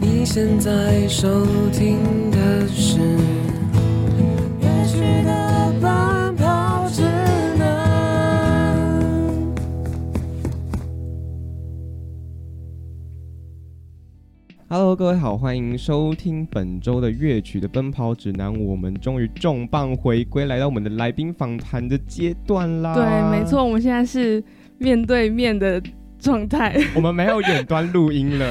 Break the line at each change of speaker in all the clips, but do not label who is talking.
你现在收听的是《乐曲的奔跑指南》。
Hello，各位好，欢迎收听本周的乐曲的奔跑指南。我们终于重磅回归，来到我们的来宾访谈的阶段啦。
对，没。错，我们现在是面对面的状态。
我们没有远端录音了，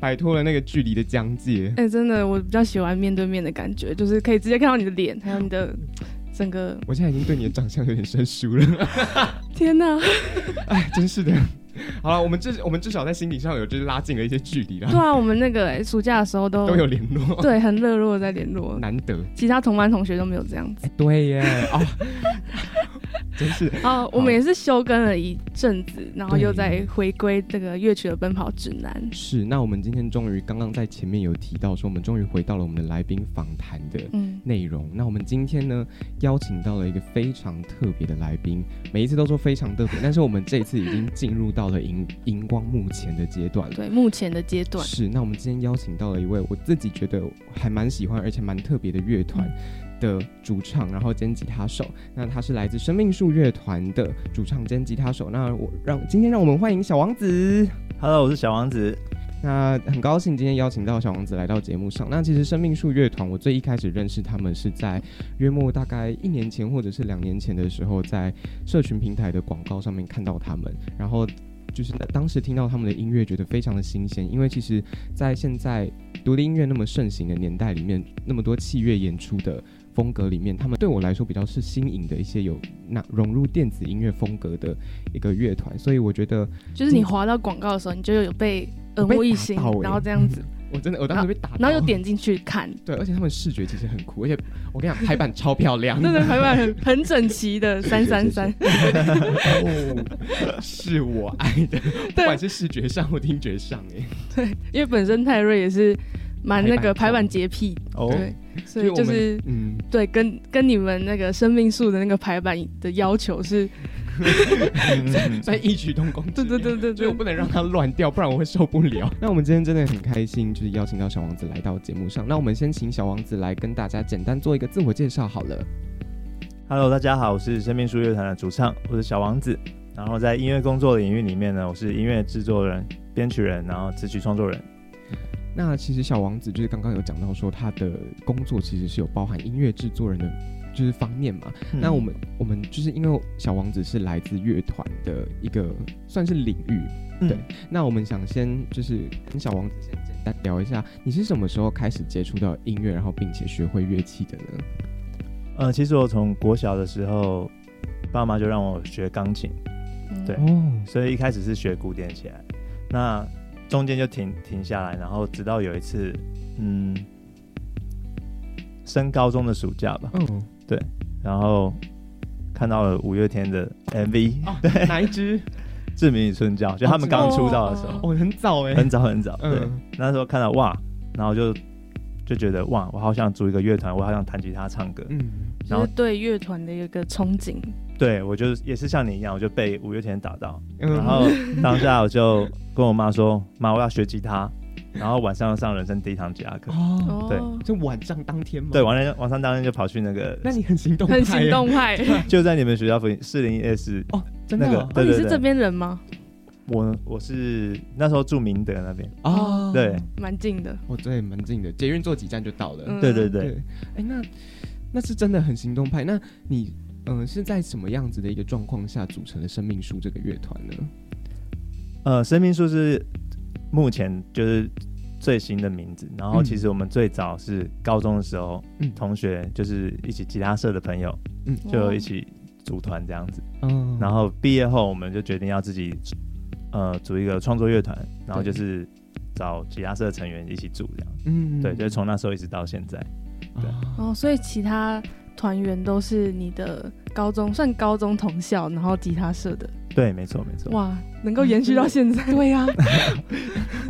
摆脱了那个距离的疆界。
哎、真的，我比较喜欢面对面的感觉，就是可以直接看到你的脸，还有你的 整个。
我现在已经对你的长相有点生疏了，
天 哪！
哎，真是的。好了，我们至我们至少在心理上有就是拉近了一些距离
对
啦，
啊，我们那个、哎暑假的时候都
都有联络，
对，很热络地在联 络，
难得。
其他同班同学都没有这样子。
哎，对耶，哦， 真是
哦，我
好
们也是休更了一阵子，然后
对
又在回归这个乐曲的奔跑指南。
是，那我们今天终于刚刚在前面有提到说，我们终于回到了我们的来宾访谈的
嗯，
内容。那我们今天呢，邀请到了一个非常特别的来宾，每一次都说非常特别，但是我们这一次已经进入到了荧荧光幕前的阶段了。
对，目前的阶段，
是，那我们今天邀请到了一位我自己觉得还蛮喜欢，而且蛮特别的乐团的主唱，然后兼吉他手。那他是来自生命树乐团的主唱兼吉他手。那我让今天让我们欢迎小王子。
Hello，我是小王子。
那很高兴今天邀请到小王子来到节目上。那其实生命树乐团，我最一开始认识他们是在约莫大概一年前或者是两年前的时候，在社群平台的广告上面看到他们，然后。就是当时听到他们的音乐，觉得非常的新鲜，因为其实，在现在独立音乐那么盛行的年代里面，那么多器乐演出的风格里面，他们对我来说比较是新颖的一些有那融入电子音乐风格的一个乐团，所以我觉得
就是你滑到广告的时候，你就有被耳目一新
我被打到，欸
然后这样子，
我真的我当时被打到，
然后 又点进去看，
对，而且他们视觉其实很酷，而且我跟你讲，排版超漂 亮，
真的排版很很整齐的三三三，
哦， 是我爱的，不
对
管是视觉上或听觉上，哎，
因为本身泰瑞也是蛮那个
排
排
版
版洁癖，
哦
对，所以
我
就
们
是
嗯，
对跟跟你们那个生命树的那个排版的要求是，
在异曲同工之
对
妙，
对对对
所以我
对，
不能让它乱掉，不然我会受不了。那我们今天真的很开心，就是邀请到小王子来到节目上。那我们先请小王子来跟大家简单做一个自我介绍好了。
Hello，大家好，我是生命树乐团的主唱，我是小王子。然后在音乐工作领域里面呢，我是音乐制作人、编曲人，然后词曲创作人。
那其实小王子就是刚刚有讲到说他的工作其实是有包含音乐制作人的就是方面嘛，嗯那我们我们就是因为小王子是来自乐团的一个算是领域，
嗯
对那我们想先就是跟小王子先简单聊一下，你是什么时候开始接触到音乐，然后并且学会乐器的呢？
呃，其实我从国小的时候，爸妈就让我学钢琴，
嗯
对
哦，
所以一开始是学古典起来，那中间就停停下来，然后直到有一次，嗯，升高中的暑假吧，
哦
嗯，
然后看到了五月天的 MV，、
对，哦哪一支？
志明与春娇，就他们刚出道的时候，
哦
哦，很早哎、
很早很早，对，
嗯，
那时候看到哇，然后就就觉得哇，我好想组一个乐团，我好想弹吉他唱歌。
嗯，
就
然后
是对乐团的一个憧憬，
对我就是也是像你一样，我就被五月天打到，
嗯
然后当下我就跟我妈说，妈，我要学 吉他，然后晚上要上人生第一堂吉他课。
哦，
嗯对
哦，
就晚上当天嘛。
对，，晚上晚上当天就跑去那个，
那你很行动派欸
很
耶，
行动派。
就在你们学校附近四零一 S，
哦，真的
那个
哦
哦，
对
你
对
是
对
这边人吗？
我我是那时候住明德那边，
哦，
对，
蛮近的，
哦，对，蛮近的，捷运坐几站就到了。
嗯
对对对，
对，哎、那那是真的很行动派。那你嗯、呃是在什么样子的一个状况下组成了生命树这个乐团呢？
呃，生命树是目前就是最新的名字。然后
嗯
其实我们最早是高中的时候，
嗯
同学就是一起吉他社的朋友，
嗯
哦
就一起组团这样子。
嗯，
然后毕业后，我们就决定要自己呃组一个创作乐团，然后
对
就是找吉他社成员一起组这样。
嗯
对，就是从那时候一直到现在。对
啊
哦，所以其他团员都是你的高中，算高中同校，然后吉他社的，
对，啊没错没错。
哇，能够延续到现在。对呀、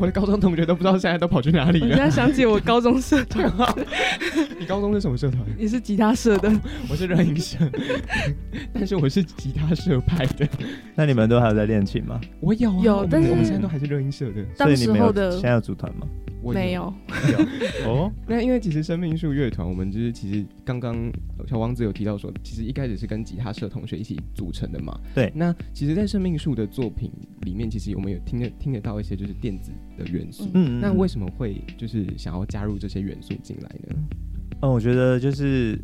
我的高中同学都不知道现在都跑去哪里
我现
了。
在想起我高中社 团
你高中是什么社 团？
也是吉他社的，
我是热音社， 但是我是吉他社派的。
那你们都还有在练琴吗？
我有啊，
有
我们
但是
我们现在都还是热音社的。
所
当
以你
时
们有
候的
现在有组团吗？
我
没有，
哦，
那因为其实生命树乐团，我们就是其实刚刚小王子有提到说，其实一开始是跟吉他社同学一起组成的嘛。
对
那其实，在生命树的作品里面，其实我们有听得听得到一些就是电子的元素。
嗯
嗯，嗯
那
嗯
为什么会就是想要加入这些元素进来呢？
嗯，我觉得就是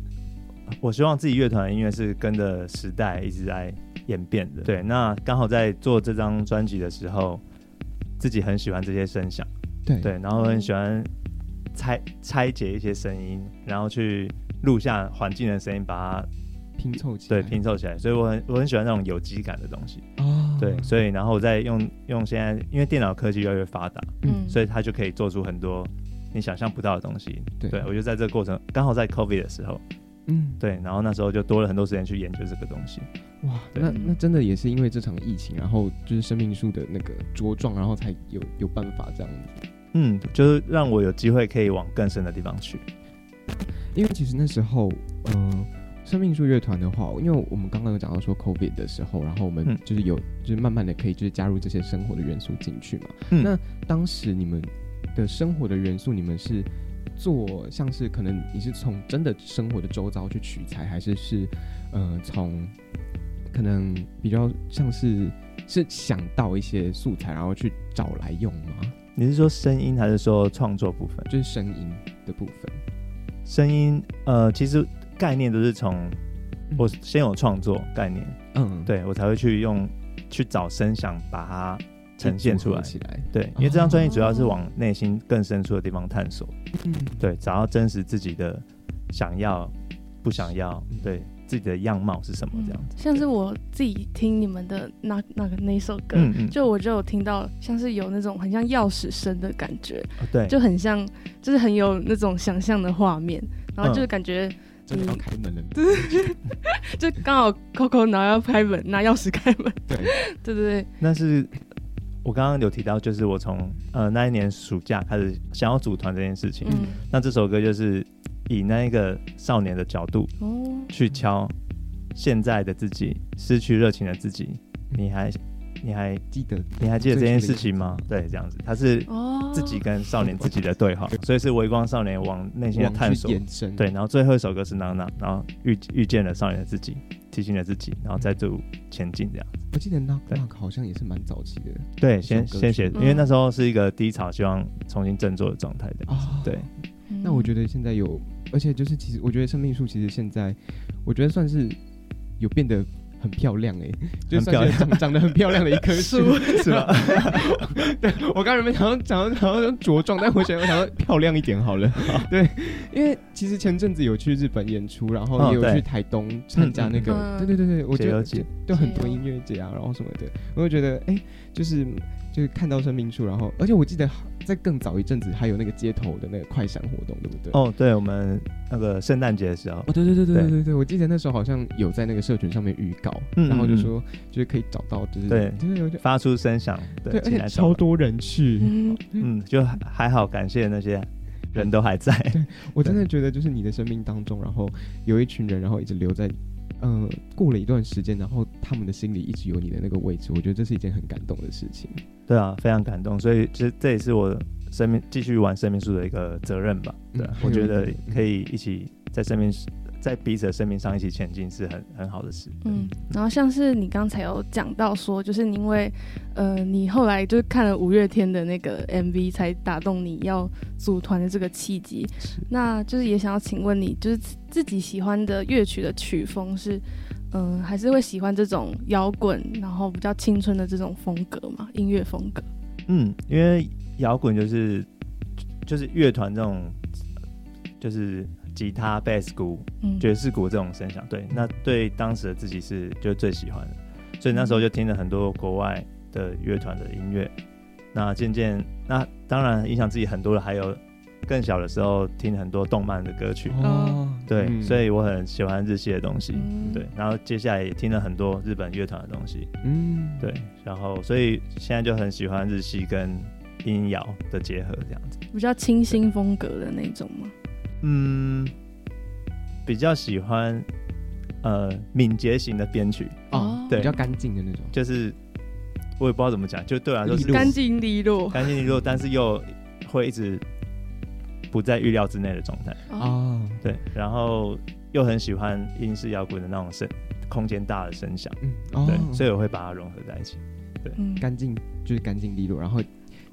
我希望自己乐团的音乐是跟着时代一直在演变的。对，那刚好在做这张专辑的时候，自己很喜欢这些声响，
对
对，然后很喜欢拆拆解一些声音，然后去录下环境的声音，把它
拼凑起来
对拼凑起来。所以我很我很喜欢那种有机感的东西。
哦，
对，所以然后我再用用现在，因为电脑科技越来越发达，
嗯
所以它就可以做出很多你想象不到的东西。
对
对，我就在这个过程，刚好在 COVID 的时候，
嗯，
对，然后那时候就多了很多时间去研究这个东西。
哇，
对
那那真的也是因为这场疫情，然后就是生命树的那个茁壮，然后才有有办法这样子。
嗯，就是让我有机会可以往更深的地方去。
因为其实那时候，嗯、生命树乐团的话，因为我们刚刚有讲到说 COVID 的时候，然后我们
嗯
就是有、就是慢慢的可以就是加入这些生活的元素进去嘛。
嗯
那当时你们的生活的元素，你们是做像是可能你是从真的生活的周遭去取材，还是是呃从可能比较像是是想到一些素材，然后去找来用吗？
你是说声音还是说创作部分？
就是声音的部分。
声音，呃，其实概念都是从我先有创作概念，
嗯，
对我才会去用去找声响把它呈现出来。
起来。
对，因为这张专辑主要是往内心更深处的地方探索，
嗯，
对，找到真实自己的想要、不想要
嗯，
对自己的样貌是什么这样子。
嗯像是我自己听你们的那那个那首歌，
嗯嗯，
就我就有听到像是有那种很像钥匙声的感觉，
对，
就很像，就是很有那种想象的画面，然后
嗯
就是感觉
真的要
嗯
开门了。
就刚好 Coco 然后要开门，拿钥匙开门，
对，
对对
那是我刚刚有提到，就是我从呃那一年暑假开始想要组团这件事情
对，。嗯，
那这首歌就是以那一个少年的角度
哦，
去敲现在的自己，失去热情的自己，你还你还
记得
你还记得这件事情吗？对，这样子，它是
哦，
自己跟少年自己的对话，所以是微光少年往内心的
往
探
去
索。
延伸。
对，，然后最后一首歌是娜娜，然后遇遇见了少年的自己，提醒了自己，然后再度前进这样。
我记得 Knock
对
Knock 好像也是蛮早期的
对，
首
先
歌曲
先写，因为那时候是一个低潮，希望重新振作的状态的。
啊。
对，
嗯，
那我觉得现在有，而且就是其实我觉得生命树其实现在，我觉得算是有变得很漂亮 哎，就
很
算
漂亮
是长长得很漂亮的一棵树，
是吧？
对我刚原本想要想要想要茁壮，但我想要想要漂亮一点好 了。对，因为其实前阵子有去日本演出，然后
哦
也有
对
去台东参加那个，
嗯
对对对对，我觉
解忧
得
节
对很多
解忧
音乐节啊，然后什么的，我就觉得哎、就是就是看到生命树，然后而且我记得在更早一阵子还有那个街头的那个快闪活动，对不对？
哦，对，我们那个圣诞节的时候，
哦，对对对对
对
对对对，我记得那时候好像有在那个社群上面预告，
嗯
然后就
嗯嗯
说就是可以找到，就是
对
就是有点
发出声响，对，
对，而
请
且
来找
超
我，
多人去，
嗯，
嗯，就还还好，感谢那些人都还在，
我真的觉得，就是你的生命当中，然后有一群人，然后一直留在，嗯、过了一段时间，然后他们的心里一直有你的那个位置，我觉得这是一件很感动的事情。
对啊，非常感动，所以这这也是我生命继续玩生命树的一个责任吧，对啊
嗯，
我觉得
嗯
可以一起在生命在彼此的生命上一起前进是很很好的事，
嗯，然后像是你刚才有讲到说，就是因为呃，你后来就是看了五月天的那个 MV 才打动你要组团的这个契机。那就是也想要请问你，就是自自己喜欢的乐曲的曲风是，嗯、还是会喜欢这种摇滚，然后比较青春的这种风格嘛？音乐风格？
嗯，因为摇滚就是就是乐团这种，就是吉他、贝斯、鼓、
嗯，
爵士鼓这种声响，对，那对当时的自己是就是最喜欢的，所以那时候就听了很多国外的乐团的音乐，那渐渐那当然影响自己很多的，还有更小的时候听很多动漫的歌曲，
哦
对，
嗯
所以我很喜欢日系的东西，
嗯
对，然后接下来也听了很多日本乐团的东西，
嗯，
对，然后所以现在就很喜欢日系跟音摇的结合这样子。
比较清新风格的那种嘛。
嗯，比较喜欢呃敏捷型的编曲，
哦，
对
比较干净的那种，
就是我也不知道怎么讲，就对我来说
利
是
落
干净利落。
干净利落，但是又会一直不在预料之内的状态。
哦，
啊，
对，然后又很喜欢英式摇滚的那种声，空间大的声响，
嗯，哦，
对，所
以
以我会把它融合在一起。
嗯，
干净就是干净利落，然后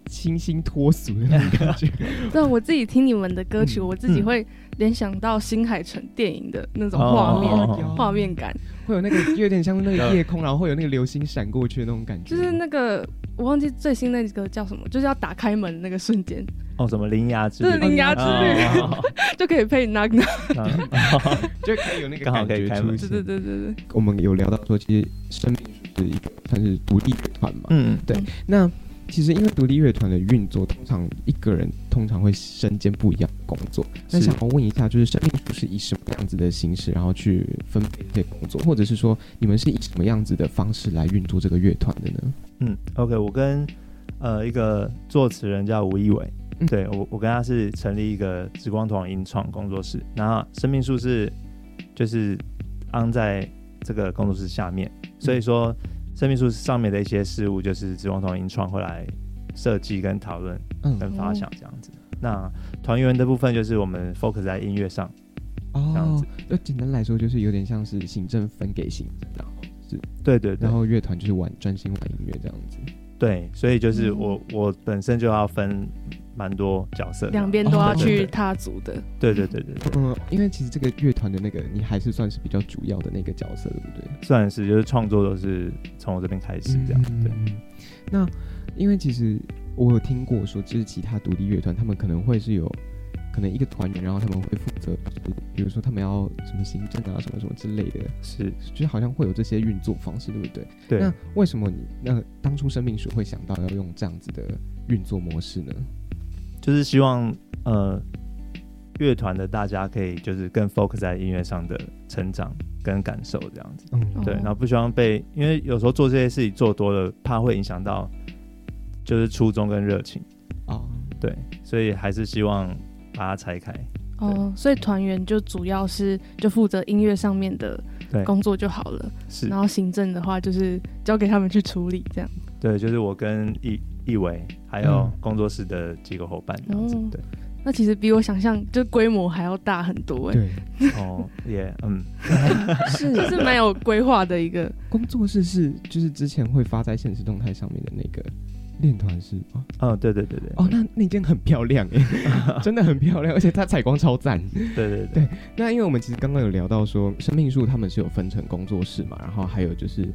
清新脱俗的那种感觉。
对，我自己听你们的歌曲，
嗯
我自己
嗯
会联想到新海诚电影的那种画面，
哦
画面感，
会有那个有点像那个
呃
夜空，然后会有那个流星闪过去的那种感觉，
就是那个我忘记最新那个叫什么，就是要打开门的那个瞬间，
哦，什么铃芽之
就
旅
是铃芽之旅、
哦
就可以配 knock knock，
嗯
就可以有那个
刚好
感
可以
觉
开
出
门
现
对对对对对，
我们有聊到说，其实生命是一个算是独立乐团嘛，
嗯，
对。那其实因为独立乐团的运作，通常一个人通常会身兼不一样的工作。那
是
想要问一下，就是生命树是以什么样子的形式，然后去分配这些工作，或者是说你们是以什么样子的方式来运作这个乐团的呢？
嗯，OK，我跟呃一个作词人叫吴一伟，
嗯
对我我跟他是成立一个紫光团音创工作室，然后生命树是就是安在这个工作室下面，所
嗯
以说生命树上面的一些事物就是紫光团音创会来设计跟讨论
嗯，
跟
哦
发想这样子。那团员的部分就是我们 focus 在音乐上，这样
哦
子，
就简单来说，就是有点像是行政分给行政，然后
对对对
然，后乐团就是玩专心玩音乐这样子。
对，所以就是
嗯
我、我本身就要分蛮多角色的，
两边都
哦
要
对
对
去
对
踏足的，
对对对对对。
嗯，因为其实这个乐团的那个你还是算是比较主要的那个角色，对不对？
算是，就是创作都是从我这边开始这样。对，
嗯。那因为其实我有听过说，就是其他独立乐团，他们可能会是有可能一个团员，然后他们会负责，就是比如说他们要什么行政啊，什么什么之类的，
是，
就是好像会有这些运作方式，对不对？
对。
那为什么你那当初生命署会想到要用这样子的运作模式呢？
就是希望呃，乐团的大家可以就是更 focus 在音乐上的成长跟感受这样子。
嗯
对，
哦
然后不希望被，因为有时候做这些事情做多了，怕会影响到就是初衷跟热情。
哦，
对，所以还是希望把它拆开。
哦，所以团员就主要是就负责音乐上面的
对，
工作就好了，
是
然，后行政的话就是交给他们去处理这样。
对，就是我跟易易伟还有
嗯
工作室的几个伙伴这样子。
哦
对。
那其实比我想象就规模还要大很多哎、
对，
哦，也嗯，
是
就是蛮有规划的一个。
工作室是就是之前会发在现实动态上面的那个练团是吗？
哦，对对对对，
哦，那那间很漂亮哎， 真的很漂亮，而且它采光超赞。
对对对
对，那因为我们其实刚刚有聊到说，生命树他们是有分成工作室嘛，然后还有就是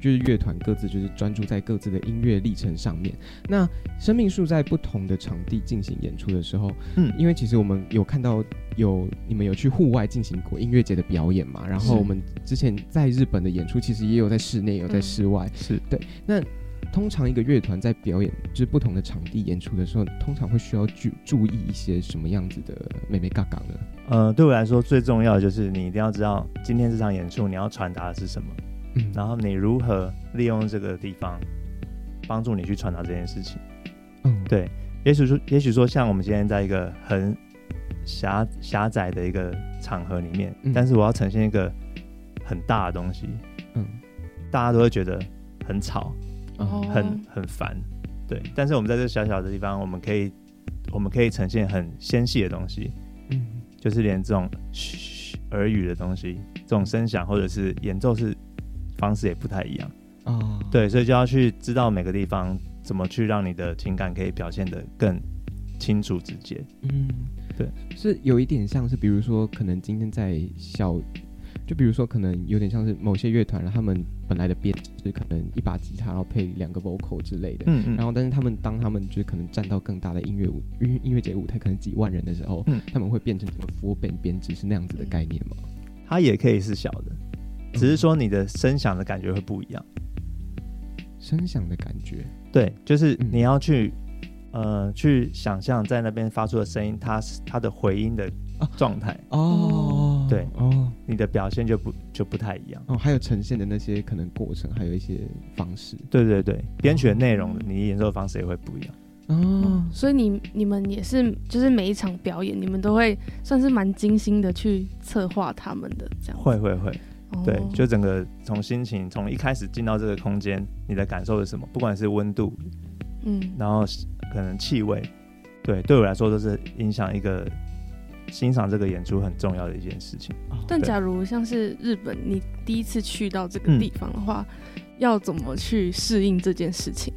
就是乐团各自就是专注在各自的音乐历程上面。那生命树在不同的场地进行演出的时候，
嗯，
因为其实我们有看到有你们有去户外进行过音乐节的表演嘛，然后
是
我们之前在日本的演出其实也有在室内，也有在
嗯
室外。
是
对，那通常一个乐团在表演就是不同的场地演出的时候，通常会需要注注意一些什么样子的美美嘎嘎呢？
呃，对我来说最重要的就是你一定要知道今天这场演出你要传达的是什么，
嗯
然后你如何利用这个地方帮助你去传达这件事情。
嗯，
对，也许说，也许说像我们今天在一个很狭狭窄的一个场合里面，
嗯
但是我要呈现一个很大的东西，
嗯，
大家都会觉得很吵、
哦，
很很烦，对。但是我们在这小小的地方，我们可以我们可以呈现很纤细的东西，
嗯，
就是连这种嘘耳语的东西，这种声响或者是演奏是方式也不太一样。
啊，，
对，所以就要去知道每个地方怎么去让你的情感可以表现得更清楚直接。
嗯，
对，
是有一点像是，比如说，可能今天在小，就比如说，可能有点像是某些乐团，他们本来的编制是可能一把吉他，然后配两个 vocal 之类的。
嗯嗯，
然
后
后，但是他们当他们就是可能站到更大的音乐舞音音乐节舞台，可能几万人的时候，
嗯
他们会变成什么 full band 编制是那样子的概念吗？
它也可以是小的，嗯只是说你的声响的感觉会不一样。
声响的感觉，
对，就是
嗯
你要去。呃，去想象在那边发出的声音，它是它的回音的
啊
状态，
哦，
对
哦
你的表现就不就不太一样。
哦，还有呈现的那些可能过程，还有一些方式
对对对，编曲的内容，你演奏的方式也会不一样。
哦，
所以你你们也是，就是每一场表演，你们都会算是蛮精心的去策划他们的这样子。
会会会，
哦
对，就整个从心情，从一开始进到这个空间，你的感受是什么？不管是温度，
嗯，
然后可能气味，对，对我来说都是影响一个欣赏这个演出很重要的一件事情。
但
对
假如像是日本，你第一次去到这个
嗯
地方的话，要怎么去适应这件事情？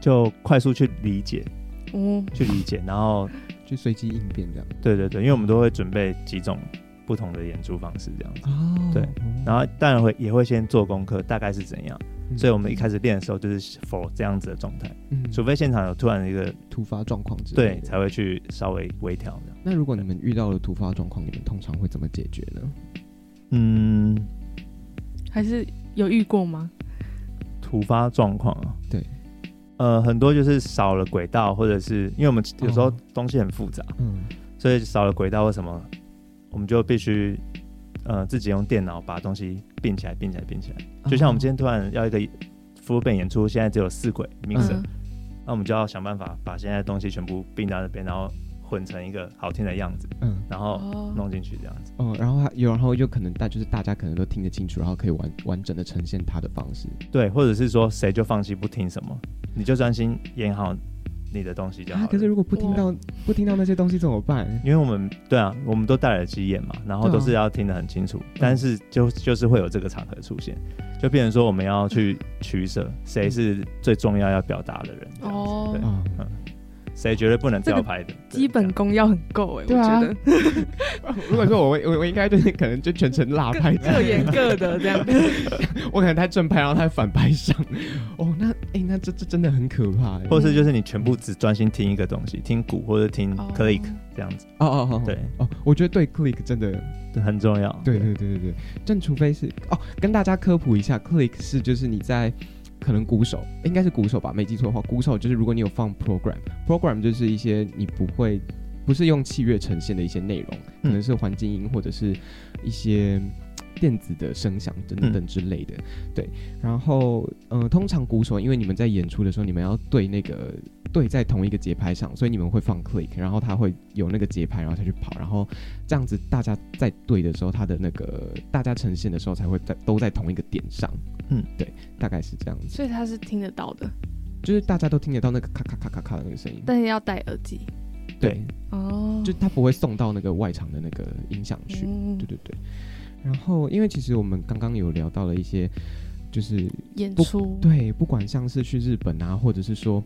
就快速去理解，
哦，
去理解，然后
就随机应变这样。
对对对，因为我们都会准备几种不同的演出方式这样子，
哦
对，然后当然会也会先做功课，大概是怎样。
嗯
所以我们一开始练的时候就是否这样子的状态，
嗯
除非现场有突然一个
突发状况之类的
对，才会去稍微微调这样。
那如果你们遇到了突发状况，你们通常会怎么解决呢？
嗯，
还是有遇过吗？
突发状况啊，
对，
呃，很多就是少了轨道，或者是因为我们有时候
哦
东西很复杂，
嗯，
所以少了轨道或什么，我们就必须呃自己用电脑把东西并起来，并起来，并起来。
哦
就像我们今天突然要一个呃 full band 演出，现在只有四轨 mixer，、
嗯，
那我们就要想办法把现在的东西全部并到那边，然后混成一个好听的样子，
嗯
然后
哦
弄进去这样子。
哦，然后还有，然后就可能大就是大家可能都听得清楚，然后可以完完整的呈现它的方式。
对，或者是说谁就放弃不听什么，你就专心演好你的东西就好了。
啊可是如果不听到不听到那些东西怎么 办？
因为我们对啊，我们都戴耳机演嘛，然后
对啊
嗯
都是要听得很清楚，但是就就是会有这个场合出现，就变成说我们要去取舍谁是最重要要表达的人，这样子，
哦
对，
啊、
谁绝对不能
这个
掉拍的，对
基本功要很够哎、
对
我
啊
觉得
嗯
如果说我我我应该就是可能就全程拉拍，
各演各的这样。
我可能太正拍，然后太反拍上。哦，那哎、那这这真的很可怕。欸
或是就是你全部只专心听一个东西，听鼓或者听
嗯哦
click 这样子，
哦哦哦，
对，
哦，我觉得对 click 真的
很重要。
对对对对对，正除非是哦，跟大家科普一下，click 是就是你在可能鼓手应该是鼓手吧，没记错的话，鼓手就是如果你有放 program，program 就是一些你不会不是用器乐呈现的一些内容，可
嗯
能是环境音或者是一些。电子的声响等等等之类的，对。然后，呃，通常鼓手，因为你们在演出的时候，你们要对那个对在同一个节拍上，所以你们会放 click，然后它会有那个节拍，然后它去跑，然后这样子大家在对的时候，他的那个大家呈现的时候才会在都在同一个点上。
嗯，
对，大概是这样子，
所以他是听得到的，
就是大家都听得到那个咔咔咔咔咔的那个声音。
但是要戴耳机
对，
哦。
就他不会送到那个外场的那个音响去。
嗯
对对对。然后，因为其实我们刚刚有聊到了一些，就是
演
不
出，
对，不管像是去日本啊，或者是说，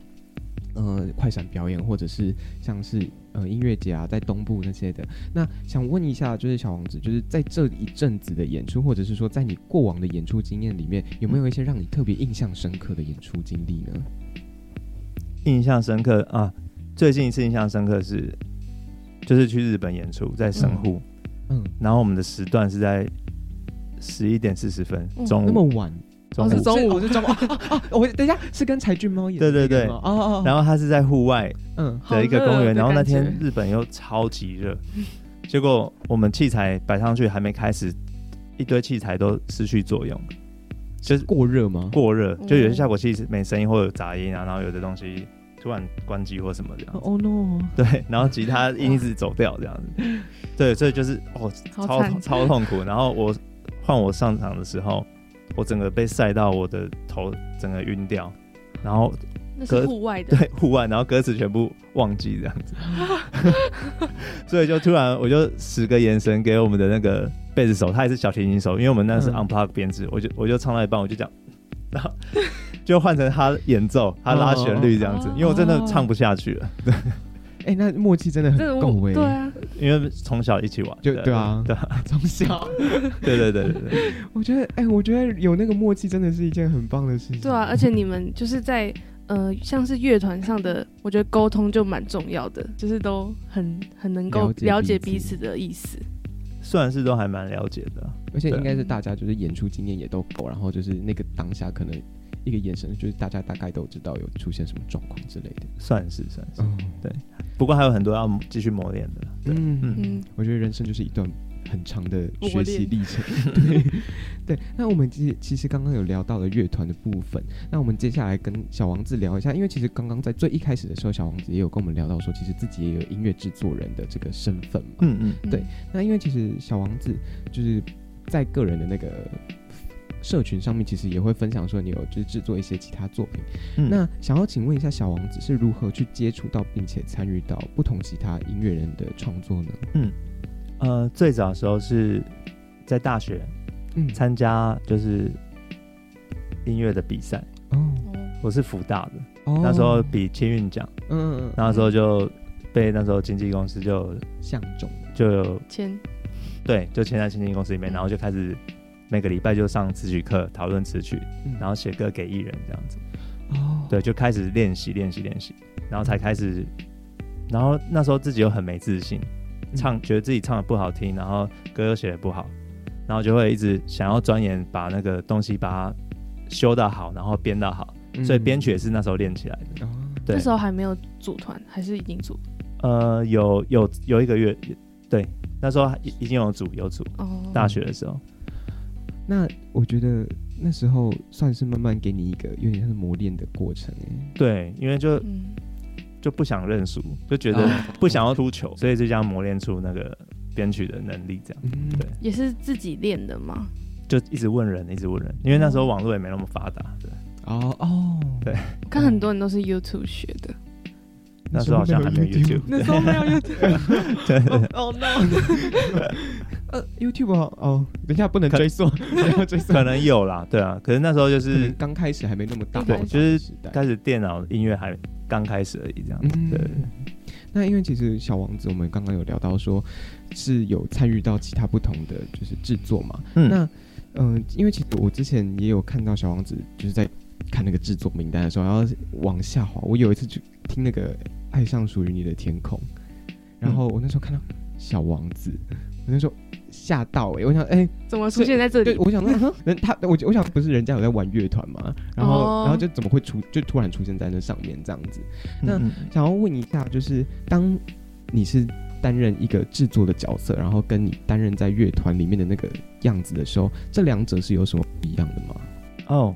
呃，快闪表演，或者是像是呃音乐节啊，在东部那些的。那想问一下，就是小王子，就是在这一阵子的演出，或者是说在你过往的演出经验里面，有没有一些让你特别印象深刻的演出经历呢？
印象深刻啊，最近一次印象深刻是就是去日本演出，在神户。
嗯，
然后我们的时段是在十一点四十分
嗯
中
那么
午，
晚，
中
哦是
午。
中午
我是 中午啊啊啊！我等一下是跟柴俊猫演的
对对
那个
对
吗哦哦，哦
然后他是在户外
嗯
好
的一个
热
公园，
的
然后那
感觉
天日本又超级热，结果我们器材摆上去还没开始，一堆器材都失去作用，就是
过热吗？
过热，就有些
嗯
效果器是没声音或有杂音啊，然后有的东西突然关机或什么这样子。
哦
Oh no！
对，然后吉他音一直走掉这样子，对，所以就是哦，
好
超
惨
超痛苦。然后我换我上场的时候，我整个被晒到我的头整个晕掉，然后
那
隔
是户外 的，
对户外，然后歌词全部忘记这样子， 所以就突然我就使个眼神给我们的那个贝斯手，他也是小提琴手，因为我们那是
嗯
unplug 编制，我就我就唱到一半我就讲，然后就换成他演奏，他拉旋律这样子，
哦
因为我真的唱不下去了。
哎，那默契真的
这
很
我
够哎，
对，啊，
因为从小一起玩，
就对啊
对啊，
从 小。
对对对对对，
我觉得，哎、我觉得有那个默契真的是一件很棒的事情。
对啊，而且你们就是在呃，像是乐团上的，我觉得沟通就蛮重要的，就是都很很能够
了解
了解
彼
彼
此
此的意思。
虽然是都还蛮了解的，
而且应
啊
该是大家就是演出经验也都够，然后就是那个当下可能一个眼神，就是大家大概都知道有出现什么状况之类的。
算是算是，
嗯，
不过还有很多要继续磨练的，对，
嗯
嗯
嗯，
我觉得人生就是一段很长的学
磨
习
练
历程。对 对，那我们其实其实刚刚有聊到了乐团的部分，那我们接下来跟小王子聊一下，因为其实刚刚在最一开始的时候，小王子也有跟我们聊到说，其实自己也有音乐制作人的这个身份嘛。
嗯嗯，
对那因为其实小王子就是在个人的那个社群上面其实也会分享说你有就是制作一些其他作品。
嗯
那想要请问一下，小王子是如何去接触到并且参与到不同其他音乐人的创作呢？
呃，最早的时候是在大学
嗯，
参加就是音乐的比赛，
哦
我是福大的，
哦
那时候比青运奖，
嗯嗯嗯
那时候就被那时候经纪公司就
相中，
就有
签
对就签在经纪公司里
嗯
面，然后就开始每个礼拜就上词曲课讨论词曲，
嗯
然后写歌给艺人这样子，
哦
对，就开始练习练习练习，然后才开始，然后那时候自己又很没自信，
嗯
唱觉得自己唱的不好听，然后歌又写的不好，然后就会一直想要钻研把那个东西把它修到好，然后编到好，所以编曲也是那时候练起来
嗯
的。
哦
对
那时候还没有组团，还是已经组
呃，有有有一个月，对，那时候已已经有组有组，
哦。
大学的时候，
那我觉得那时候算是慢慢给你一个有点像是磨练的过程哎，
对，因为就
嗯，
就不想认输，就觉得
哦
不想要出糗，所以就这样磨练出那个编曲的能力，这样
嗯
对
也是自己练的嘛。
就一直问人，一直问人，因为那时候网络也没那么发达，对，
哦哦，
对
我看很多人都是 YouTube 学的，
那时候好像还没有 YouTube，
那时候没有 YouTube，
哦 no，
呃，YouTube 哦哦，等一下不能追 溯，不要追溯，
可能有啦，对啊，可是那时候就
可能
是
刚开始还没那么大，
对
就是
时代
开始电脑音乐还刚开始而已，这样子，
嗯
对，
那因为其实小王子，我们刚刚有聊到说是有参与到其他不同的就是制作嘛。
嗯
那嗯、呃因为其实我之前也有看到小王子就是在看那个制作名单的时候，然后往下滑，我有一次去听那个《爱上属于你的天空》，然后我那时候看到小王子，我那时候吓到哎、欸，我想哎、欸
怎么出现在这
对，
里？
我想说，嗯他我我想不是人家有在玩乐团嘛，然后、
哦
然后就怎么会出就突然出现在那上面这样子？那
嗯
想要问一下，就是当你是担任一个制作的角色，然后跟你担任在乐团里面的那个样子的时候，这两者是有什么不一样的吗？
哦，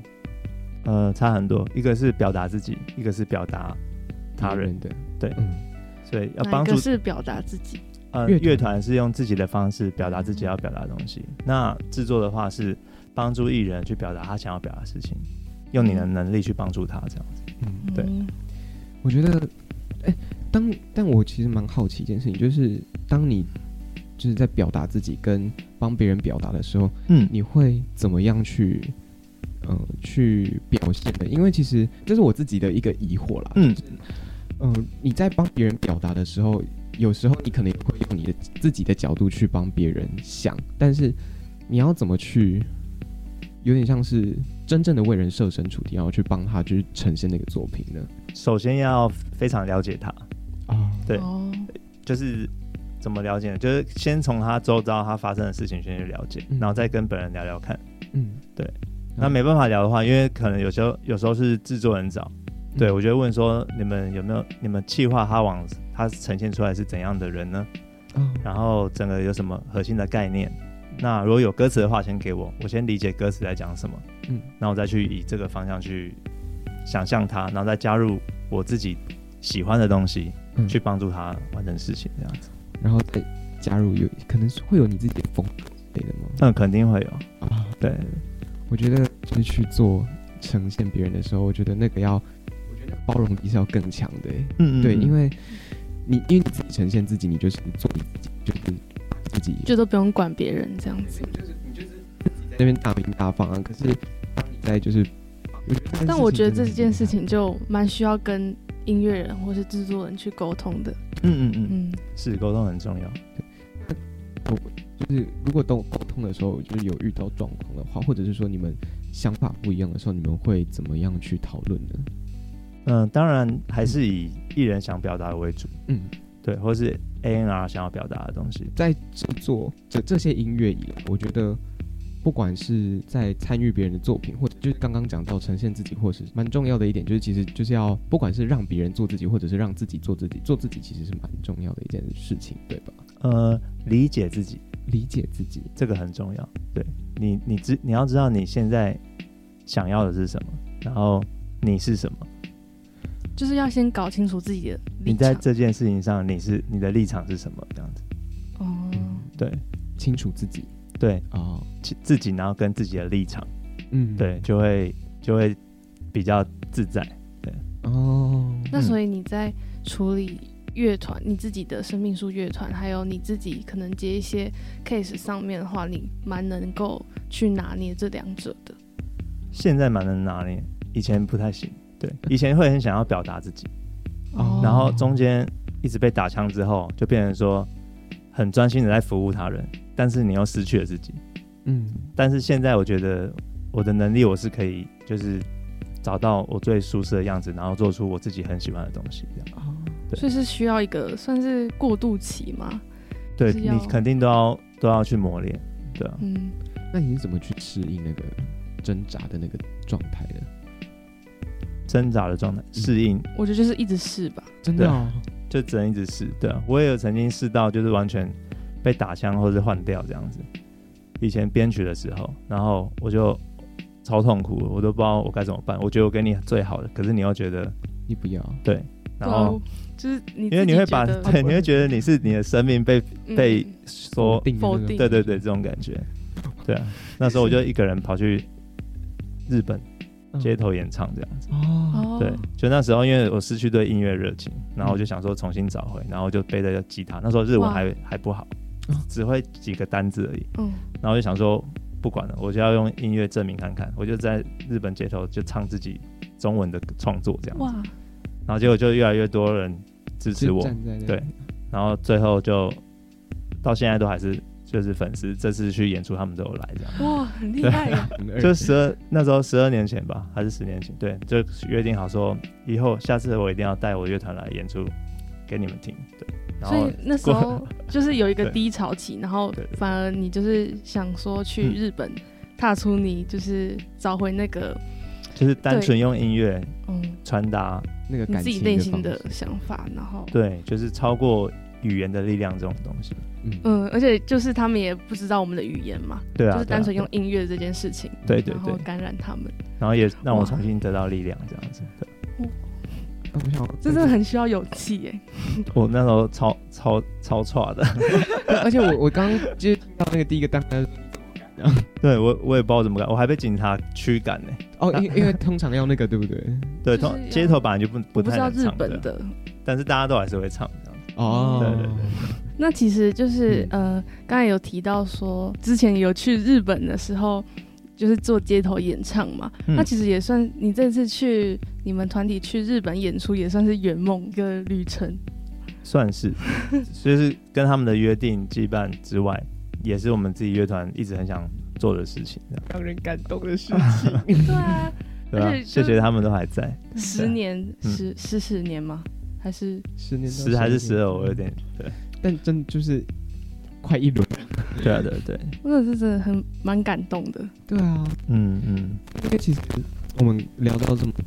呃，差很多，一个是表达自己，一个是表达他人，
的
对
嗯，
所以要
哪
帮
一
助
个是表达自己？
呃，
乐团
乐团是用自己的方式表达自己啊要表达的东西，那制作的话是帮助艺人去表达他想要表达的事情，用你的能力去帮助他这样子。
嗯
对
嗯
我觉得，哎、当但我其实蛮好奇一件事情，就是当你就是在表达自己跟帮别人表达的时候，
嗯
你会怎么样去？呃，去表现的，因为其实这是我自己的一个疑惑啦。
嗯
嗯、你在帮别人表达的时候，有时候你可能也会用你的自己的角度去帮别人想，但是你要怎么去，有点像是真正的为人设身处地，然后去帮他去呈现那个作品呢？
首先要非常了解他，
啊，
对
哦，
就是怎么了解呢？就是先从他周遭他发生的事情先去了解，
嗯
然后再跟本人聊聊看。
嗯，
那没办法聊的话，因为可能有时候有时候是制作人找，对我就会问说你们有没有你们企划他往他呈现出来是怎样的人呢？
啊，
然后整个有什么核心的概念？那如果有歌词的话，先给我，我先理解歌词在讲什么，
嗯，
那我再去以这个方向去想象它，然后再加入我自己喜欢的东西，
嗯
去帮助他完成事情，这样子。
然后再加入有可能是会有你自己的风格之类的吗？
那肯定会有，
啊，
对，
我觉得就是去做呈现别人的时候，我觉得那个要，我觉得包容力是要更强的欸、
嗯
对，因
为
为你因为你自己呈现自己，你就是做你自己，就是自己
就都不用管别人这样子。
在那边大名大放啊。可是当你在就是，
嗯但我觉得这件事，情就蛮需要跟音乐人或是制作人去沟通的。
嗯嗯嗯，
嗯，
是沟通很重要。
就是如果都沟通的时候，就是有遇到状况的话，或者是说你们想法不一样的时候，你们会怎么样去讨论呢？
嗯，当然还是以艺人想表达的为主，
嗯，
对，或是 ANR 想要表达的东西。
在制作这这些音乐以来，我觉得不管是在参与别人的作品，或者就是刚刚讲到呈现自己，或是蛮重要的一点，就是其实就是要不管是让别人做自己，或者是让自己做自己，做自己其实是蛮重要的一件事情，对吧？
呃，理解自己，
理解自己，
这个很重要。对你，你知你要知道你现在想要的是什么，然后你是什么，
就是要先搞清楚自己的
你
立
在
场。
这件事情上你是你的立场是什么，这样子。
哦，
对
清楚自己
对，
啊、哦
其自己然后跟自己的立场，
嗯，
对，就会就会比较自在。
哦，
嗯
那所以你在处理乐团，你自己的生命树乐团，还有你自己可能接一些 case 上面的话，你蛮能够去拿捏这两者的。
现在蛮能拿捏，以前不太行。 对，以前会很想要表达自己，哦
哦
然后中间一直被打枪之后，就变成说很专心的在服务他人，但是你又失去了自己。
嗯
但是现在我觉得我的能力我是可以，就是找到我最舒适的样子，然后做出我自己很喜欢的东西。这样，
哦
对
所以是需要一个算是过渡期嘛？
对
是要
你肯定都要都要去磨练，对啊。
嗯，
那你是怎么去适应那个挣扎的那个状态的？
挣扎的状态，适应
我觉得就是一直试吧。
真的、哦，
就只能一直试。对啊，我也有曾经试到，就是完全被打枪或者换掉这样子。以前编曲的时候，然后我就超痛苦，我都不知道我该怎么办。我觉得我给你最好的，可是你又觉得
你不要，
对，然后
对啊就是你自己
因为你会把
觉得
对，你会觉得你是你的生命被被
嗯
说，
定
否
的那个
定
对对对，这种感觉。对啊，那时候我就一个人跑去日本
嗯
街头演唱这样子。
哦，
哦，
对，就那时候因为我失去对音乐热情，然后我就想说重新找回，然后就背着吉他，那时候日文
哇
还还不好
嗯，
只会几个单字而已，
嗯，
然后就想说不管了，我就要用音乐证明看看，我就在日本街头就唱自己中文的创作这样子，
哇，
然后结果就越来越多人支持
就
我，
站在那
对
里，
然后最后就到现在都还是就是粉丝这次去演出他们都有来这样。
哇，很厉害啊呀！
嗯
就十二那时候十二年前吧，还是十年前？对，就约定好说，以后下次我一定要带我乐团来演出给你们听。对，然
所
后
以那时候就是有一个
对
低潮期，然后
对
反而你就是想说去
嗯
日本，踏出你就是找回那个
就是单纯用音乐
嗯
传达，
那个
你
感
自己
情
内
方
心的
式，
想法，然后
对，就是超过语言的力量这种东西。
嗯
嗯，而且就是他们也不知道我们的语言嘛，
对啊，
就是
对啊
单纯用音乐这件事情，
对对
然
对
后，感染他们，
然后也让我
哇
重新得到力量，这样子。对，
那哦我 想
这真的很需要勇气耶。
我那时候超超超差的，
而且我我刚刚接听到那个第一个单单，
对我我也不知道怎么干，我还被警察驱赶呢。
哦，因为因为通常要那个对不对？
对，
就是
通
要
街头本来就不
我
不
不
太
知道
能
日
唱
本，的，
但是大家都还是会唱这样子。
哦，
嗯对对
那其实就是、
嗯
呃，刚才有提到说，之前有去日本的时候，就是做街头演唱嘛。
嗯
那其实也算你这次去你们团体去日本演出，也算是圆梦一个旅程。
算是，就是跟他们的约定羁绊之外，也是我们自己乐团一直很想做的事情，这样
让人感动的事。
对啊，
对吧、
而且就
谢谢他们都还在，
十年、
嗯
十十十年吗？还是
十年到
十还是十二，
年
我有，点对，
但真的就是快一轮。
对啊，对对，
我真的是真的很蛮感动的。
对啊，
嗯嗯，
因为其实我们聊到这么多，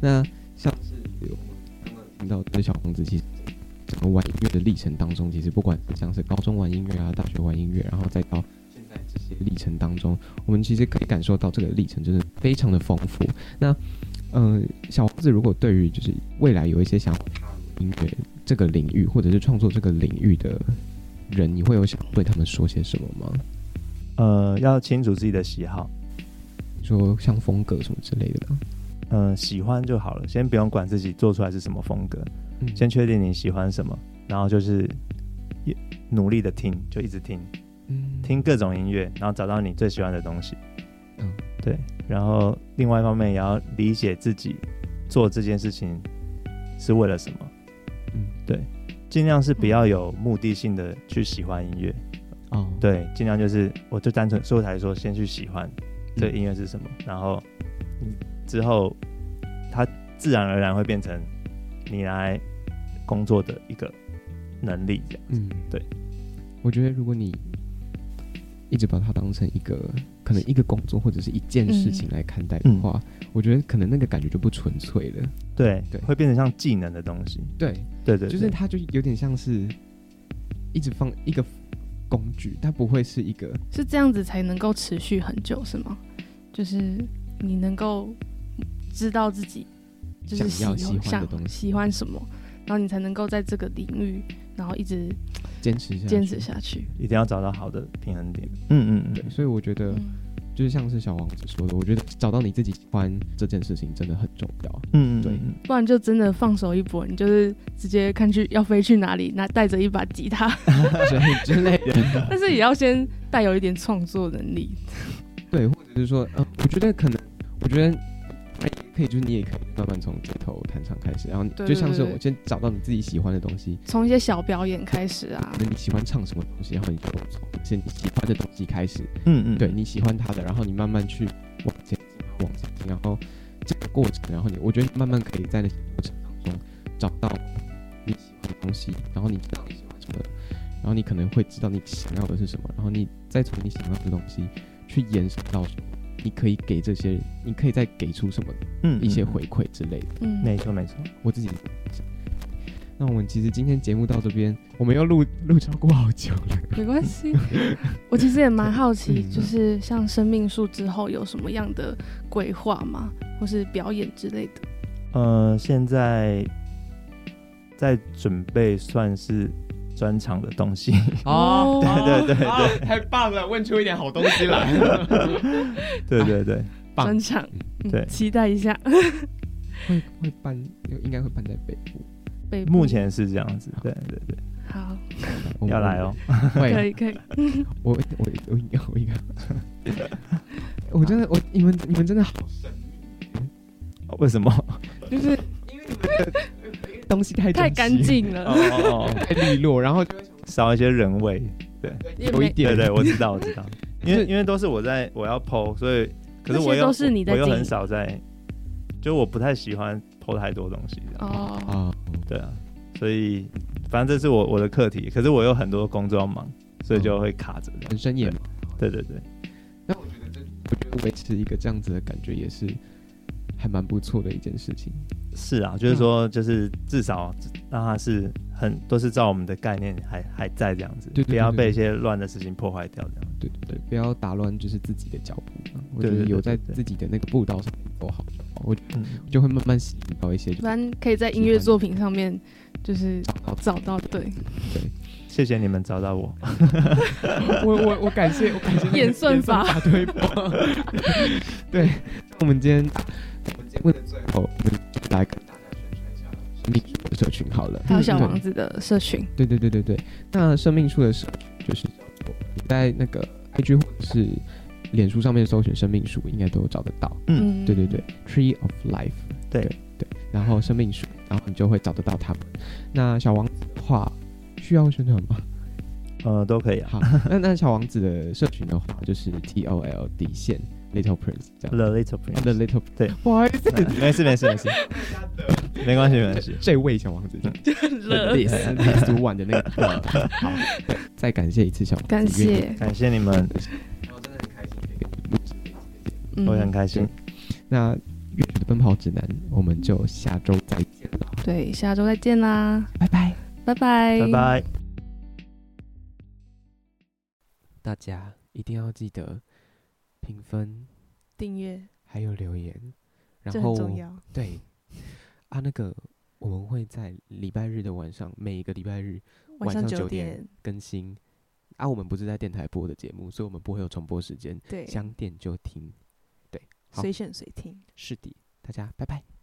那像是我们刚刚听到的小王子，其实呃整个玩音乐的历程当中，其实不管是像是高中玩音乐啊、大学玩音乐，然后再到现在这些历程当中，我们其实可以感受到这个历程真的非常的丰富。那嗯、呃小王子如果对于就是未来有一些想要踏入音乐这个领域，或者是创作这个领域的人，你会有想对他们说些什么吗？
呃，要清楚自己的喜好，
说像风格什么之类的吗？
嗯、喜欢就好了，先不用管自己做出来是什么风格，
嗯
先确定你喜欢什么，然后就是一努力的听，就一直听，
嗯
听各种音乐，然后找到你最喜欢的东西。
嗯
嗯，对。然后另外一方面也要理解自己做这件事情是为了什么。
嗯
嗯，对，尽量是不要有目的性的去喜欢音乐。
哦，
对，尽量就是我就单纯，所以我才说先去喜欢
嗯
这个音乐是什么，然后你之后它自然而然会变成你来工作的一个能力，这样。
嗯，
对。
我觉得如果你一直把它当成一个可能一个工作或者是一件事情来看待的话，我觉得可能那个感觉就不纯粹了。
对，
对
会变成像技能的东西。
对，
对对
就
对
是它就有点像是一直放一个工具，它不会是一个
是这样子才能够持续很久，是吗？就是你能够知道自己就是
想要喜
喜
欢的东西，
喜欢什么，然后你才能够在这个领域，然后一直
坚持下去
坚持。下去。
一定要找到好的平衡点。嗯嗯
对，所以我觉得
嗯，
就是像是小王子说的，我觉得找到你自己喜欢这件事情真的很重要。
嗯，
对
嗯
不然就真的放手一搏，你就是直接看去要飞去哪里，那带着一把吉他，
所以之类的，
但是也要先带有一点创作能力。
对，或者是说，呃，我觉得可能，我觉得哎可以，就是你也可以慢慢从街头弹唱开始，然后你
对
就像是
对对
我先找到你自己喜欢的东西，
从一些小表演开始啊
可，能你喜欢唱什么东西，然后你就从先你喜欢的东西开始，
嗯嗯，
对你喜欢它的，然后你慢慢去往前进，往前进，然后这个过程，然后你我觉得你慢慢可以在那些过程当中找到你喜欢的东西，然后你知道你喜欢什么，然后你可能会知道你想要的是什么，然后你再从你想要的东西去延伸到什么你可以给这些人，你可以再给出什么
嗯
一些，
嗯
回馈之类的。
嗯
嗯，没错没错，
我自己想。那我们其实今天节目到这边，我们又录录超过好久了。
没关 系。我其实也蛮好奇，
嗯
就是像生命树之后有什么样的规划吗？或是表演之类的？
呃，现在在准备算是专场的东西，
哦对对
对 对
对，啊太棒了，问出一点好东西 来。
对对对，
棒
专场，嗯
对
期待一下。
会会办，应该会办在北部。
北部
目前是这样子，对对对，
好，
我
要来哦，，
可
会，啊
以可以，
我我我应该我应该。 我真的，我你们你们真的好，
为什么？
就是因为你们的东西太
太
整齐
干，净
哦
了，
哦哦，
太利落，然后
少一些人味，
也
有一
没
点
对对，我知道我知道，因
就
为
是
因为都是我在我要剖，所以可是
那些
我又
都是你在
我又
经
很
营
少在，就我不太喜欢剖太多东西这样，
哦，
啊，
对啊，所以反正这是我我的课题，可是我有很多工作要忙，所以就会卡着这样。
很生眼
对对对，
我觉得维持一个这样子的感觉也是还蛮不错的一件事情。
是啊，就是说，就是至少让它是很都是照我们的概念还还在这样子，
对对对
不要
对
被一些乱的事情破坏掉这样。
对对对，不要打乱就是自己的脚步嘛。我觉
对
得
对对
有在
对对
自己的那个步道上走好就好，我
嗯，
就会慢慢吸引到一些就
不然可以在音乐作品上面就是
找到
找到对
嗯
谢谢你们找到我，
我我我感谢我感谢那个
演算法
演推 波。对，那我们今天我们节目的最后，我们就来跟大家宣传一下生命树的社群好了。
还有小王子的社群，
对对对对对，那生命树的社群就是你在那个 IG 或者是脸书上面搜寻生命树，应该都找得到。
嗯，
对对对，Tree of Life，
对
对，然后生命树，然后你就会找得到他们。那小王子的话，需要宣传吗？
呃，都可以啊。
好， 那那小王子的社群的话，就是 T O L 底线 Little Prince 这样。
The Little
Oh, The
Prince，
Little
对，
不好意思，
嗯 没事没事没事，没关系没 关系。
这位小王子
了
this this one 的那个，好，对再感谢一次小王子，
感
愿意，
谢，
感谢你们，
嗯
我也很开心。
那乐曲的奔跑指南，我们就下周再见了，
对，下周再见啦，
拜拜。
拜拜，
拜拜。
大家一定要记得评分，
订阅
还有留言，
这
然
很
后
重要。
对啊，那个我们会在礼拜日的晚上，每一个礼拜日晚
上
上九
点，
更新。啊，我们不是在电台播的节目，所以我们不会有重播时间，
对，
想点就听。好
随选随听。
是的，大家拜拜。